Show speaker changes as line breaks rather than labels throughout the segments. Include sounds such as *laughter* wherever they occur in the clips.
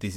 This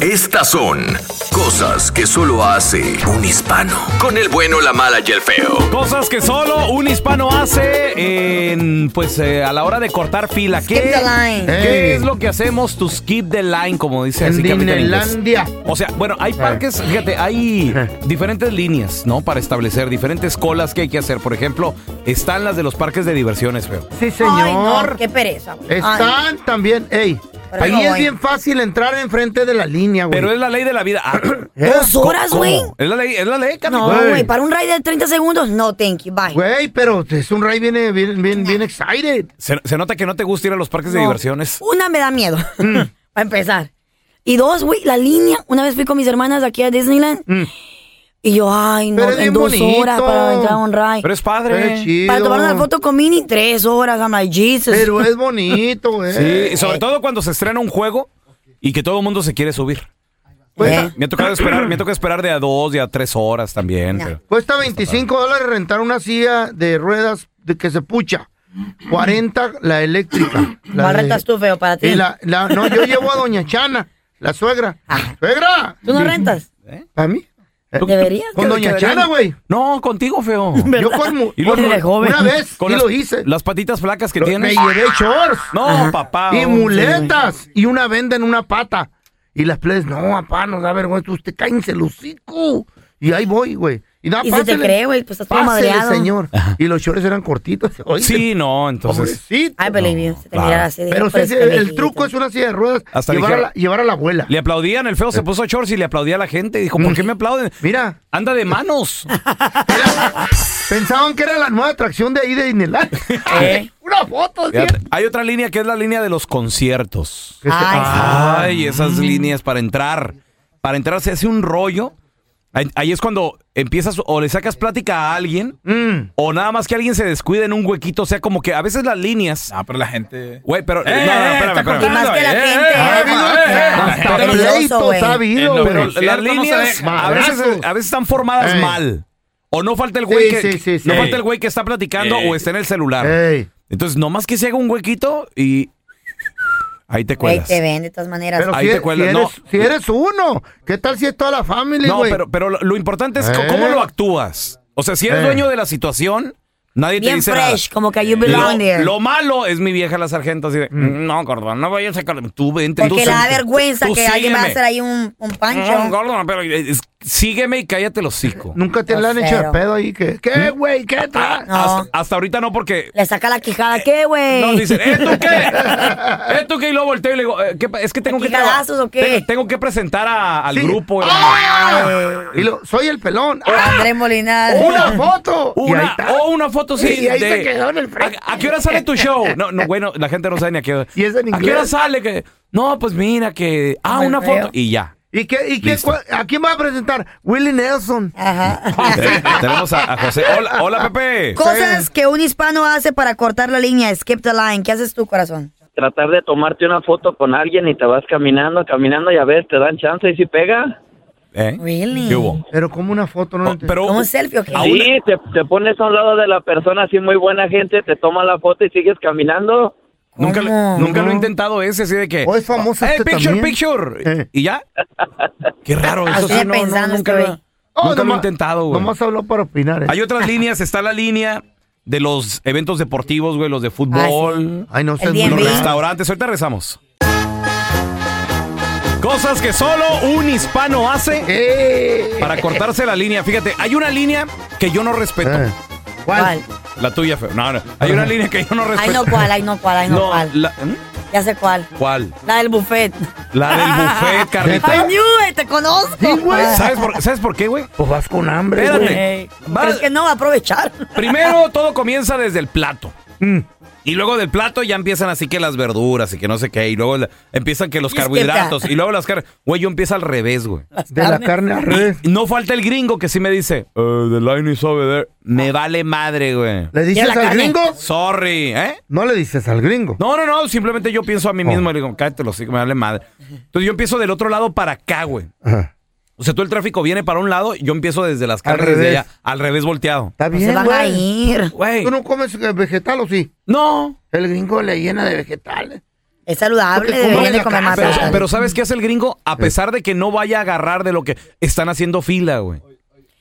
Estas son cosas que solo hace un hispano. Con el bueno, la mala y el feo.
Cosas que solo un hispano hace en, pues, eh, a la hora de cortar fila. ¿Qué,
Skip the line.
qué
Hey.
es lo que hacemos? Tu skip the line, como dice
En Eh.
así Capitán Inglés.
Dinelandia.
O sea, bueno, hay parques, fíjate, hay
Eh.
diferentes líneas, ¿no? Para establecer diferentes colas que hay que hacer. Por ejemplo, están las de los parques de diversiones, feo.
Sí,
Ay, no,
señor.
qué pereza. güey. Ay,
Están también, ey.
Pero
ahí
no,
es
güey.
bien fácil entrar enfrente de la línea, güey.
Pero es la ley de la vida.
*coughs*
Ah,
¿Eh?
dos horas,
¿cómo?
güey.
Es la ley, es la ley, Carmen.
No,
Güey.
güey, para un ride de 30 segundos, no, thank you, bye.
Güey, pero es un rey bien, bien, bien, bien excited.
Se, se nota que no te gusta ir a los parques de
No.
diversiones.
Una, me da
*laughs*
miedo.
Mm.
*laughs* Para empezar. Y dos, güey, la línea. Una vez fui con mis hermanas aquí a Disneyland. Y yo, ay, no,
Mm. Pero es
en
bien
dos
bonito.
horas para entrar a un ride.
Pero es
Qué
padre.
chido.
para tomar una foto con Mini, tres horas. I'm like, Jesus.
Pero es bonito, güey.
Sí, y
eh.
sobre todo cuando se estrena un juego y que todo el mundo se quiere subir.
Cuesta,
Me ha
*clears throat*
tocado esperar, me toca esperar de a dos, de a tres horas también.
Ya.
pero-
cuesta 25 dólares rentar una silla de ruedas de que se pucha. 40 la eléctrica. La
¿Cuál
de-
rentas tú, feo, para ti?
Y la, la- no, yo llevo a Doña Chana, la suegra.
Ah.
¡Suegra!
¿Tú no rentas?
¿A mí? Eh,
¿Tú-
¿Deberías?
tú-
Con Doña
deberían-
Chana, güey.
No, contigo,
*laughs*
feo.
Yo con, mu-
Y luego-
con-
Eres joven.
una vez
Con
sí
las,
lo hice.
las patitas flacas que
Lo- me
tienes.
llevé shorts
No, papá.
y
hombre.
muletas y una venda en una pata. Y las plebes, no, papá, nos da vergüenza. Usted cállense el hocico. Y ahí voy, güey. Y, nada,
Y si te cree, güey, pues, estás todo
pásele,
madreado.
señor. Y los shorts eran cortitos. *laughs* oíste.
Sí, no, entonces.
Pobrecito.
I believe you. Se te
Claro.
mirara así. dije,
Pero sí,
"Pues,
sí,
este
el
viejito".
truco es una silla de ruedas.
Hasta
llevar, a
dije-
la, llevar a la abuela.
Le aplaudían, el feo
Eh.
se puso shorts y le aplaudía a la gente. Dijo, ¿por qué
Mm.
me aplauden?
Mira.
Anda de
*laughs*
manos.
Pensaban que era la nueva atracción de ahí de Disneyland.
*laughs* ¿Eh?
*laughs* una foto, ¿sí?
Fíjate, Hay otra línea que es la línea de los conciertos.
Ay,
Ah.
Ay, esas líneas para entrar. Para entrar se hace un rollo. Ahí, ahí es cuando empiezas o le sacas plática a alguien
Mm.
o nada más que alguien se descuide en un huequito. O sea, como que a veces las líneas...
Ah, pero la gente.
Güey, pero... no,
Eh,
no,
eh,
espérame,
está
espérame.
y más que la
Eh,
gente.
eh,
Ha habido
eh, eh,
hasta
peligroso,
pleitos,
güey.
ha habido,
En lo
güey.
Pero
Pero
las
cierto, no se Eh.
líneas
deja.
a, veces,
Madrazos.
a veces están formadas
Ey.
mal. O no falta el güey
Sí,
que
sí, sí, sí.
no
Ey.
falta el güey que está platicando
Ey.
o está en el celular.
Eh.
Ey.
Entonces, nomás que se haga un huequito y ahí te
Güey,
cuelas.
te ven de todas maneras.
Pero
Ahí
si,
te
e-
cuelgas,
si
no.
eres, si eres uno, ¿qué tal si es toda la familia,
No,
güey?
pero, pero lo, lo importante es co-
Eh.
cómo lo actúas. O sea, si eres
Eh.
dueño de la situación, nadie te
Bien
dice
fresh,
nada.
como que you belong
Lo,
there.
lo malo es mi vieja la sargento así de,
Mm.
no, gordo, no vayas a sacar, tú vente. tú
Porque le da
sígueme,
vergüenza
tú
que alguien va a
sígueme".
hacer ahí un, un
No,
pancho.
gordo, pero eh, es- sígueme y cállate el hocico.
Nunca te la han hecho de
Grosero.
pedo ahí. que ¿Qué,
Mm.
güey?
Ah,
¿Qué tal?
No.
Hasta- hasta ahorita no, porque
Le saca la quijada. ¿Qué, güey?
No, dicen, ¿eh, tú
*laughs*
qué? ¿Eh, tú qué? Y luego volteo y le digo, eh, ¿qué pa- es que tengo que... traba-
¿Picadazos o qué?
Tengo, tengo que presentar a- al
Sí.
grupo. eh.
¡Ah! Y lo, soy el pelón. ¡Ah!
Andrés Molinar.
¡Una foto! y ahí
Oh, Una,
está.
o una foto, sí.
Y ahí se quedó en el frente.
¿A, a qué hora sale tu show? No, no, bueno, la gente no sabe ni a qué hora.
Y es en
¿A qué hora
inglés.
sale? Que, no, pues mira que... Ah,
Como el
una
feo. *laughs*
foto. Y ya.
¿Y, qué, y qué,
Listo.
cua- a quién va a presentar? Willie Nelson.
Eh, tenemos a, a José. Hola, hola, Pepe.
Cosas que un hispano hace para cortar la línea, skip the line. ¿Qué haces tú, corazón?
tratar de tomarte una foto con alguien y te vas caminando, caminando y a ver, te dan chance y si pega.
¿Eh?
Really?
¿Qué hubo?
Pero como una foto, no
Oh,
lo entiendo.
pero,
¿Como un selfie o qué?
Aún-
Sí, te, te pones a un lado de la persona así muy buena gente, te toma la foto y sigues caminando.
Nunca,
¿Cómo?
le- nunca lo he intentado ese, así de que.
Oh, es famoso
¡Eh,
este
picture,
también.
picture!
Eh.
¿Y ya? Qué raro, eso
Estoy
sí, no, no,
pensando,
nunca,
estoy-
lo-
Oh,
nunca lo he
nomás-
intentado, güey.
Nomás habló para opinar. eh.
Hay otras líneas, está la línea de los eventos deportivos, güey, los de fútbol,
Ay, no
Ah, El
sé. es muy
los
DMV.
raro.
restaurantes. Ahorita rezamos. Cosas que solo un hispano hace
Eh,
para cortarse la línea. Fíjate, hay una línea que yo no respeto.
eh.
¿Cuál?
La tuya, Fe. No, no. Hay una línea que yo no respeto.
Ay, no, cuál, ay, no, cuál, ay, no,
No,
cuál.
la- ¿hmm?
Ya sé cuál.
¿Cuál?
La del buffet.
La del buffet, Carlita.
I knew it, te conozco. Ah.
Sí, güey.
¿Sabes por, ¿Sabes por qué, güey?
Pues vas con hambre, güey.
Espérate.
Pero
Vas-
es que no va a aprovechar.
Primero todo comienza desde el plato. Y luego del plato ya empiezan así que las verduras y que no sé qué. Y luego la- empiezan que los
Y es que
carbohidratos.
ta-
Y luego las carnes. Güey, yo empiezo al revés, güey.
De la carne a res.
Y no falta el gringo que sí me dice, "Eh, the line is over there. Me vale madre, güey.
Ah. ¿Le dices
la
al
carne.
gringo?
Sorry, ¿eh?
No le dices al gringo.
No, no, no, simplemente yo pienso a mí mismo, le digo, cállate los me vale madre. Entonces yo empiezo del otro lado para acá, güey.
Ajá.
O sea, todo el tráfico viene para un lado, yo empiezo desde las
Al
carnes, desde
revés.
allá, al revés volteado.
Está
No se
bien,
van a
güey.
ir.
Güey,
¿Tú no comes eh, vegetal o sí?
no.
El gringo le llena de vegetales.
Es saludable,
Porque como
deberían
en
de
la
comer más.
casa,
Pero,
vegetales.
pero ¿sabes qué hace el gringo? A pesar de que no vaya a agarrar de lo que están haciendo fila, güey.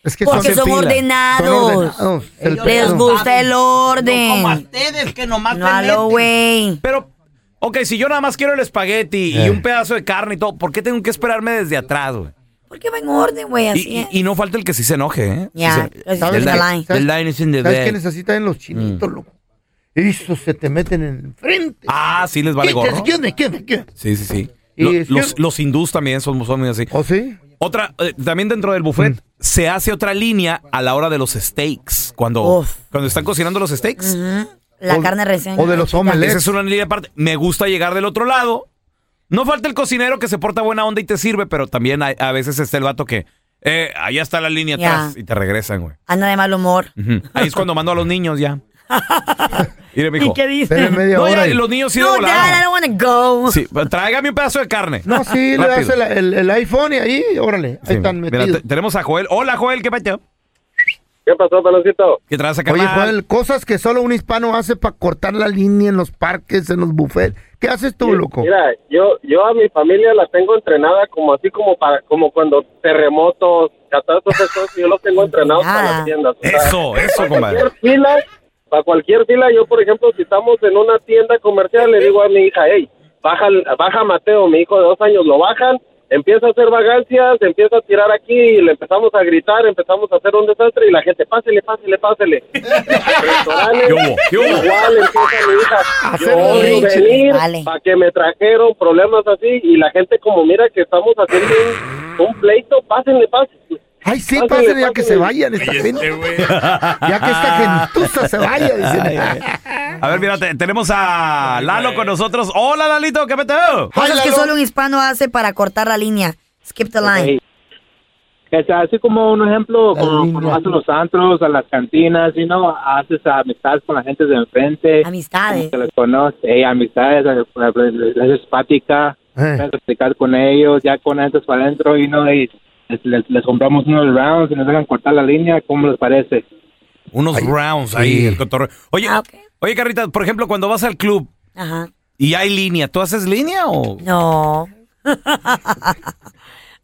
Es que
Porque
hacen
son
fila.
ordenados.
Son ordenados, Oh, el
Les
pedo.
gusta el orden. No
ustedes que nomás
a lo güey.
Pero, ok, si yo nada más quiero el espagueti y un pedazo de carne y todo, ¿por qué tengo que esperarme desde atrás, güey?
¿Por qué va en orden, güey?
Y,
Así
y-
es.
y no falta el que sí se enoje, ¿eh?
Ya,
Sí se-
los
the
skip the
line-
line.
the line is in the
¿Sabes qué
bed. Mm.
necesitan los chinitos, loco? Eso se te meten en el frente.
Ah, sí les vale
¿Qué,
gorro.
¿Qué, qué, qué, qué?
Sí, sí, sí.
Y
Lo-
es que-
los, los hindús también son, son muy así.
¿O sí?
Otra, eh, también dentro del
Mm.
buffet, se hace otra línea a la hora de los steaks. Cuando,
Uf.
cuando están cocinando los steaks,
Ujú. La
O-
carne recién.
O de los
esa
homelets.
es una línea aparte. Me gusta llegar del otro lado. No falta el cocinero que se porta buena onda y te sirve, pero también hay- a veces está el vato que, eh, allá está la línea
Ya.
atrás y te regresan, güey.
Anda de mal humor.
Ujú. Ahí es cuando mando a los niños
*laughs*
ya. Mire, mijo.
¿Y qué dice?
Espera media
No, ya,
hora. y-
los niños sí de
No, dad, I
volada.
don't wanna go.
Sí, pues, tráigame un pedazo de carne.
No, sí, le das
Rápido.
el, el- el iPhone y ahí, órale, ahí
Sí,
están
mira,
metidos.
te- tenemos a Joel. Hola, Joel, ¿qué pasó?
¿Qué pasó, pelocito?
¿Qué traes a
Oye, Joel, cosas que solo un hispano hace para cortar la línea en los parques, en los buffets. ¿Qué haces tú, loco?
Mira, yo, yo a mi familia la tengo entrenada como así como para, como cuando terremotos, catástrofes, todo eso, yo los tengo entrenados para las tiendas. o sea,
Eso, eso, compadre.
cualquier fila, para cualquier fila, yo por ejemplo, si estamos en una tienda comercial, le digo a mi hija, hey, baja, baja Mateo, mi hijo de dos años, lo bajan, empieza a hacer vagancias, empieza a tirar aquí, y le empezamos a gritar, empezamos a hacer un desastre y la gente, pásele, pásele,
*laughs*
pásele. Restaurantes,
¿Qué hubo? Ah, ¿Qué hubo?
Igual empieza mi hija,
hacer
yo
berrinche,
venir
vale.
para que me trajeron problemas así y la gente como mira que estamos haciendo un, un pleito, pásenle, pásenle.
Ay, sí,
Pásenle,
pásenle ya que se
pásenle.
vayan esta
este
gente. Ya que esta
*laughs*
gentuza se
*laughs*
vaya, dicen.
A ver, mira, te- tenemos a Lalo con nosotros. Hola, Lalito, ¿qué meteo?
Cosas que
Jálalo.
solo un hispano hace para cortar la línea. Skip the line.
Que sea así como un ejemplo,
La
como
línea.
cuando vas a los antros, a las cantinas, y no haces amistades con la gente de enfrente.
Amistades.
Que les conoces, eh, amistades, les les haces plática,
Eh. *laughs*
puedes platicar con ellos, ya con estos para adentro, y no, y les, les- les compramos unos rounds y nos dejan cortar la línea, ¿cómo les parece?
Unos rounds ahí,
sí.
el cotorreo. Oye,
Ah, ok.
oye, Carrita, por ejemplo, cuando vas al club
Ajá.
y hay línea, ¿tú haces línea o...?
No. *laughs*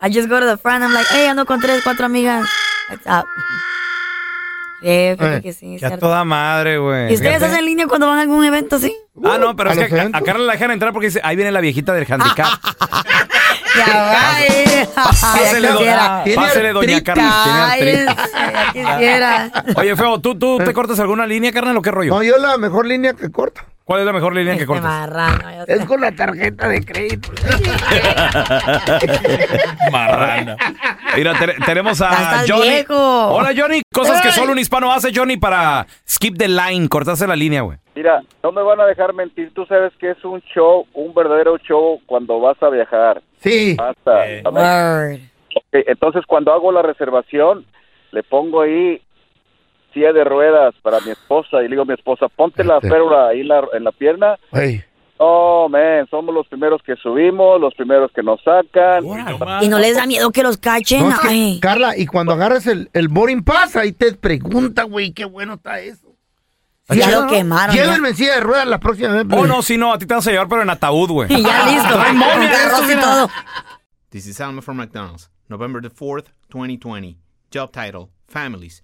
I just go to the front. I'm like, hey, ando con tres, cuatro amigas. What's up? Yeah, fíjate
Eh,
que sí, es
Ya
cierto.
toda madre, güey.
¿Y ustedes
Fíjate.
hacen línea cuando van a algún evento así?
Ah, no, pero
Uh, ¿A
es
los
que a, a
eventos?
Carla la dejan entrar porque dice, ahí viene la viejita del
*laughs*
handicap.
Ya va, eh.
Pásele,
Ah, Ya
doña-
quisiera.
Tiene
pásele, "Ah, doña Carla.
Ay,
tiene artritis.
*laughs* ya quisiera.
Oye, Feo, ¿tú, tú te cortas alguna línea, carnal, o qué rollo?
No, yo la mejor línea que corto.
¿Cuál es la mejor línea que
Qué
cortas?
marrano. yo sé.
Es con la tarjeta de crédito.
*laughs* Marrana. Mira, te- tenemos
Ya
a
estás
Johnny.
viejo.
Hola, Johnny. Cosas que
Ay.
solo un hispano hace, Johnny, para skip the line, cortarse la línea, güey.
Mira, no me van a dejar mentir, tú sabes que es un show, un verdadero show cuando vas a viajar.
Sí.
Hasta a México.
Word.
Ok, Entonces, cuando hago la reservación, le pongo ahí silla de ruedas para mi esposa y le digo a mi esposa, ponte la
Este.
férula ahí en la- en la pierna.
Güey.
No, men, somos los primeros que subimos, los primeros que nos sacan.
Y no les da miedo que los cachen.
No, es que,
Ay.
Carla, y cuando agarras el, el boarding pass, ahí te pregunta, güey, qué bueno está eso.
Ya
Sí,
lo
¿no?
quemaron, ya.
Llévenme en silla de ruedas la próxima vez.
Oh, no, sí, no, a ti te vas a llevar, pero en ataúd, güey.
Y *laughs* ya listo.
Traen momia
Con
esto,
perros y
mira.
todo.
This is Alma from McDonald's, November the 4th, 2020. Job title Families,